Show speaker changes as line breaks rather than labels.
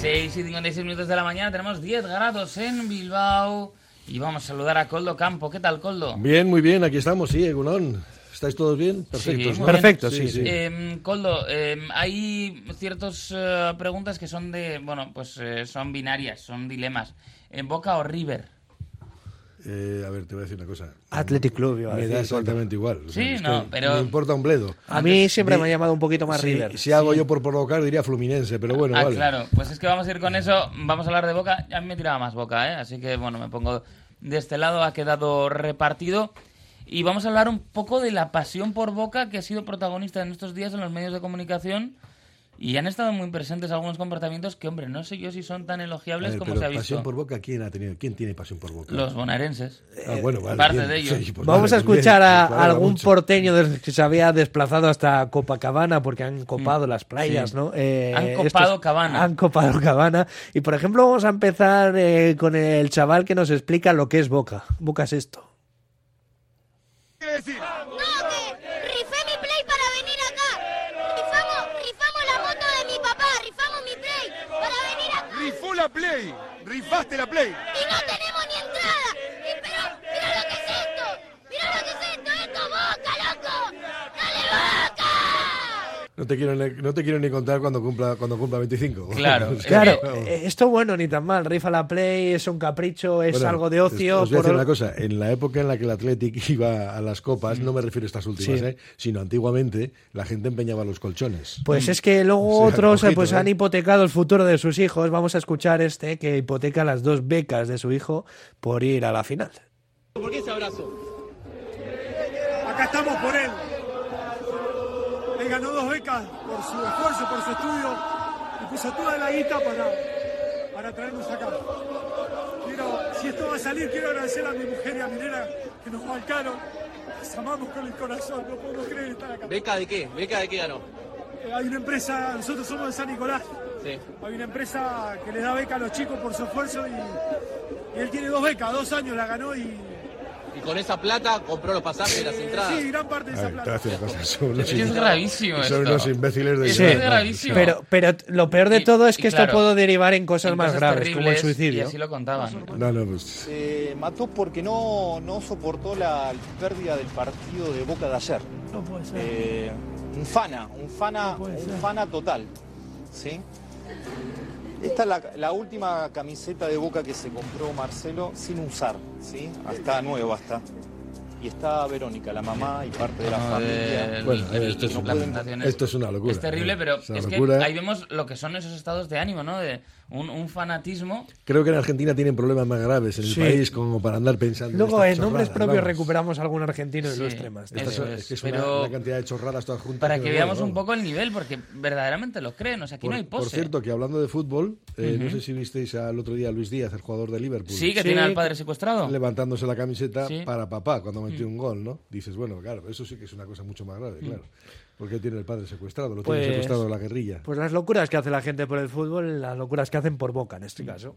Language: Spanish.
6 y 56 minutos de la mañana, tenemos 10 grados en Bilbao y vamos a saludar a Coldo Campo. ¿Qué tal, Coldo?
Bien, muy bien, aquí estamos, sí, Egunon. ¿Estáis todos bien? Perfecto.
muy
¿no?
bien.
Perfecto, sí, sí.
Eh, Coldo, eh, hay ciertas preguntas que son de, bueno, pues eh, son binarias, son dilemas. ¿En Boca o River?
Eh, a ver, te voy a decir una cosa.
Athletic Club, Ah, iba a
Me da
decir.
exactamente igual. o sea,
Sí,
es que
no, pero-
Me importa un bledo.
A mí siempre
de-
me ha llamado un poquito más
Si-
River.
Si, hago yo por provocar, diría Fluminense, pero bueno,
ah,
vale.
claro, pues es que vamos a ir con eso, vamos a hablar de Boca, ya me tiraba más Boca, ¿eh? así que bueno, me pongo de este lado, ha quedado repartido. Y vamos a hablar un poco de la pasión por Boca que ha sido protagonista en estos días en los medios de comunicación y han estado muy presentes algunos comportamientos que, hombre, no sé yo si son tan
A
elogiables
ver,
como
Eh, pero
se ha visto.
pasión por boca, ¿quién ha tenido? ¿Quién tiene pasión por boca?
Los bonaerenses.
Ah, bueno, vale,
parte
bien.
de ellos.
pues
Vamos
vale,
a
pues
escuchar
bien,
a
pues vale,
algún
mucho.
porteño de los que se había desplazado hasta Copacabana porque han
Mm.
copado las playas,
Sí.
¿no? Eh,
Han copado Cabana.
Han copado Cabana. Y por ejemplo, vamos a empezar eh, con el chaval que nos explica lo que es Boca. Boca es esto.
No, que rifé mi play para venir acá. Rifamos, rifamos la moto de mi papá, rifamos mi play para venir acá.
Rifó la play, rifaste la play.
Y no tenemos ni entrada. Y pero, mira lo que es esto. Mira lo que es esto. Esto es boca, loco. Dale boca.
No te, quiero ni, no te quiero ni contar cuando cumpla, cuando cumpla 25.
Claro,
O sea,
Claro,
vamos.
eh, esto bueno ni tan mal. Rifa la play, es un capricho, es
Bueno,
algo de ocio.
Os, os voy a
por-
decir una cosa. En la época en la que el Athletic iba a las copas, no me refiero a estas últimas,
Sí.
eh, sino antiguamente, la gente empeñaba los colchones.
Pues es que luego
O sea,
otros eh,
ojito,
pues
¿eh?
han hipotecado el futuro de sus hijos. Vamos a escuchar este que hipoteca las dos becas de su hijo por ir a la final.
Acá estamos por él. Él ganó dos becas por su esfuerzo, por su estudio y puso toda la guita para, para traernos acá. Quiero, si esto va a salir, quiero agradecer a mi mujer y a mi nena que nos bancaron. Las amamos con el corazón, no podemos creer estar acá.
¿Beca de qué? ¿Beca de qué ganó?
Eh, Hay una empresa, nosotros somos de San Nicolás,
Sí.
hay una empresa que le da beca a los chicos por su esfuerzo y, y él tiene dos becas, dos años la ganó y...
Y con esa plata compró los pasajes, las
eh,
entradas.
sí, gran parte de
A
esa
ver, te voy
plata.
a decir una cosa. Son unos,
Es que es
in-
gravísimo
son
esto.
unos imbéciles de
Es
Irán,
que es
¿no?
gravísimo.
Pero, pero lo peor de
Y-
todo es
y
que esto
claro,
puede derivar en cosas
En
más
cosas
graves, como el
terribles, Y
suicidio.
así lo contaban.
No, no, pues.
Se mató Eh, porque no, no soportó la pérdida del partido de Boca de ayer.
No puede ser.
Eh, un fana, un fana,
puede
un
ser.
fana total. ¿sí? Esta es la, la última camiseta de Boca que se compró Marcelo sin usar, ¿sí? Hasta nueva está. Y está Verónica, la mamá y parte de la
No, eh,
familia.
de-
Bueno,
y- y-
esto es
y
un-
lamentaciones.
esto es una locura. eh,
Es terrible, pero
Es una
es que
locura.
ahí vemos lo que son esos estados de ánimo, ¿no? De un, un fanatismo.
Creo que en Argentina tienen problemas más graves en el
Sí.
país como para andar pensando. en
Luego,
estas
en nombres
chorradas,
propios
vamos.
recuperamos a algún argentino de
Sí.
los temas.
Eso
Estas son-
es,
es que es una,
pero-
una cantidad de chorradas todas juntas.
Para
me
que
muero,
veamos un
vamos.
poco el nivel, porque verdaderamente lo creen. O sea, aquí
Por,
no hay
por
pose.
cierto, que hablando de fútbol, eh, no sé si visteis al otro día a Luis Díaz, el jugador de Liverpool.
sí, que
Sí.
tiene al padre secuestrado.
levantándose la camiseta
Sí.
para papá cuando metió un gol, ¿no? Dices, bueno, claro, eso sí que es una cosa mucho más grave, claro. Porque tiene el padre secuestrado, lo
Pues-
tiene secuestrado la guerrilla.
Mm.
Pues las locuras que hace la gente por el fútbol, las locuras que hacen por Boca en este caso.